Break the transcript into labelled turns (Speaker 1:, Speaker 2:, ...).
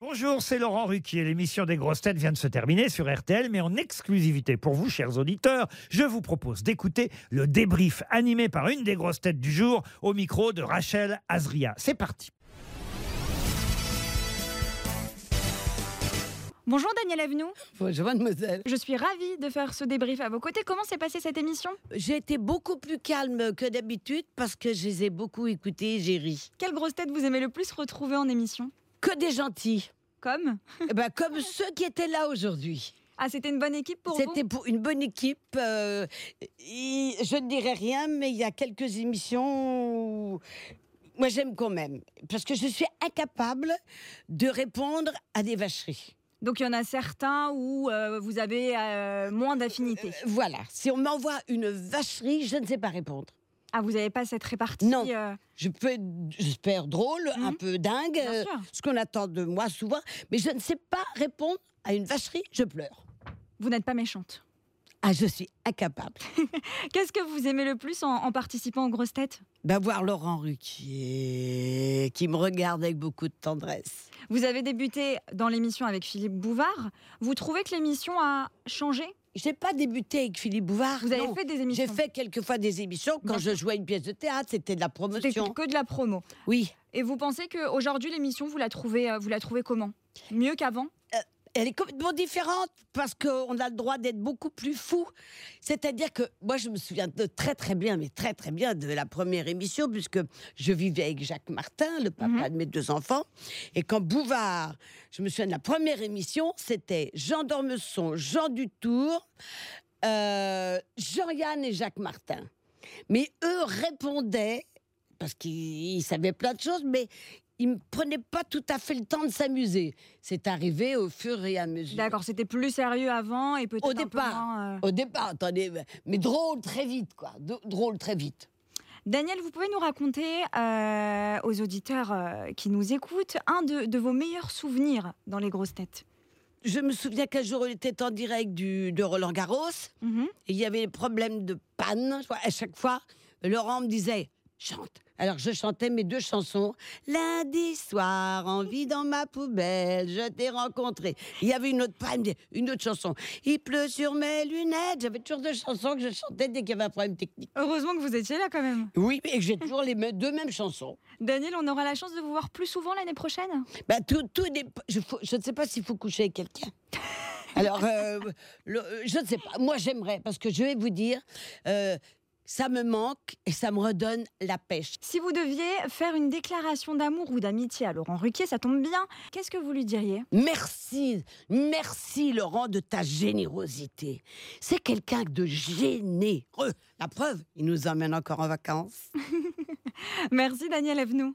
Speaker 1: Bonjour, c'est Laurent Ruquier. L'émission des grosses têtes vient de se terminer sur RTL, mais en exclusivité pour vous, chers auditeurs, je vous propose d'écouter le débrief animé par une des grosses têtes du jour au micro de Rachel Azria. C'est parti.
Speaker 2: Bonjour Daniel Avenou,
Speaker 3: Bonjour mademoiselle.
Speaker 2: je suis ravie de faire ce débrief à vos côtés. Comment s'est passée cette émission
Speaker 3: J'ai été beaucoup plus calme que d'habitude parce que je les ai beaucoup écoutés et j'ai ri.
Speaker 2: Quelle grosse tête vous aimez le plus retrouver en émission
Speaker 3: Que des gentils.
Speaker 2: Comme
Speaker 3: Eh ben, comme ceux qui étaient là aujourd'hui.
Speaker 2: Ah, c'était une bonne équipe pour vous
Speaker 3: C'était pour une bonne équipe. euh, et je ne dirais rien, mais il y a quelques émissions où... Moi, j'aime quand même. Parce que je suis incapable de répondre à des vacheries.
Speaker 2: Donc il y en a certains où euh, vous avez euh, moins d'affinité.
Speaker 3: Voilà. Si on m'envoie une vacherie, je ne sais pas répondre.
Speaker 2: Ah, vous n'avez pas cette répartie
Speaker 3: Non.
Speaker 2: euh,
Speaker 3: Je peux être, j'espère, drôle, un
Speaker 2: Mhm.
Speaker 3: peu dingue,
Speaker 2: Bien
Speaker 3: euh,
Speaker 2: sûr.
Speaker 3: ce qu'on attend de moi souvent, mais je ne sais pas répondre à une vacherie, je pleure.
Speaker 2: Vous n'êtes pas méchante.
Speaker 3: Ah, je suis incapable.
Speaker 2: Qu'est-ce que vous aimez le plus en, en participant aux grosses têtes
Speaker 3: Ben, voir Laurent Ruquier, qui me regarde avec beaucoup de tendresse.
Speaker 2: Vous avez débuté dans l'émission avec Philippe Bouvard. Vous trouvez que l'émission a changé
Speaker 3: J'ai pas débuté avec Philippe Bouvard.
Speaker 2: Vous avez
Speaker 3: non.
Speaker 2: fait des émissions
Speaker 3: J'ai fait quelquefois des émissions. Quand
Speaker 2: Bien
Speaker 3: je jouais une pièce de théâtre, c'était de la
Speaker 2: C'était
Speaker 3: promotion.
Speaker 2: que de la promo.
Speaker 3: Oui,
Speaker 2: Et vous pensez qu'aujourd'hui, l'émission, vous la trouvez, euh, vous la trouvez comment Mieux qu'avant
Speaker 3: elle est complètement différente parce qu'on a le droit d'être beaucoup plus fou. C'est-à-dire que moi, je me souviens de très très bien, mais très très bien de la première émission, puisque je vivais avec Jacques Martin, le papa
Speaker 2: Mhm.
Speaker 3: de mes deux enfants. Et quand Bouvard, je me souviens de la première émission, c'était Jean Dormesson, Jean Dutour, euh, Jean-Yann et Jacques Martin. Mais eux répondaient, parce qu'ils ils savaient plein de choses, mais ils ne prenaient pas tout à fait le temps de s'amuser. C'est arrivé au fur et à mesure.
Speaker 2: D'accord, c'était plus sérieux avant et peut-être
Speaker 3: Au
Speaker 2: un peu
Speaker 3: départ.
Speaker 2: moins, euh.
Speaker 3: Au départ, attendez, mais- mais drôle très vite, quoi. Dr- Drôle très vite.
Speaker 2: Daniel, vous pouvez nous raconter euh, aux auditeurs euh, qui nous écoutent un de, de vos meilleurs souvenirs dans les grosses têtes.
Speaker 3: Je me souviens qu'un jour, on était en direct du, de Roland Garros,
Speaker 2: Mhm.
Speaker 3: et il y avait des problèmes de panne. À chaque fois, Laurent me disait chante. Alors je chantais mes deux chansons. Lundi soir, envie dans ma poubelle, je t'ai rencontré. Il y avait une autre panne, une autre chanson. Il pleut sur mes lunettes. J'avais toujours deux chansons que je chantais dès qu'il y avait un problème technique.
Speaker 2: Heureusement que vous étiez là quand même.
Speaker 3: Oui, et que j'ai toujours les me- deux mêmes chansons.
Speaker 2: Daniel, on aura la chance de vous voir plus souvent l'année prochaine
Speaker 3: Bah, tout, tout dép- je, faut- je ne sais pas s'il faut coucher avec quelqu'un. Alors, euh, le- euh, je ne sais pas. Moi, j'aimerais, parce que je vais vous dire, euh, ça me manque et ça me redonne la pêche.
Speaker 2: Si vous deviez faire une déclaration d'amour ou d'amitié à Laurent Ruquier, ça tombe bien. Qu'est-ce que vous lui diriez
Speaker 3: Merci, merci Laurent de ta générosité. C'est quelqu'un de généreux. La preuve, il nous emmène encore en vacances.
Speaker 2: Merci Daniel Avenou.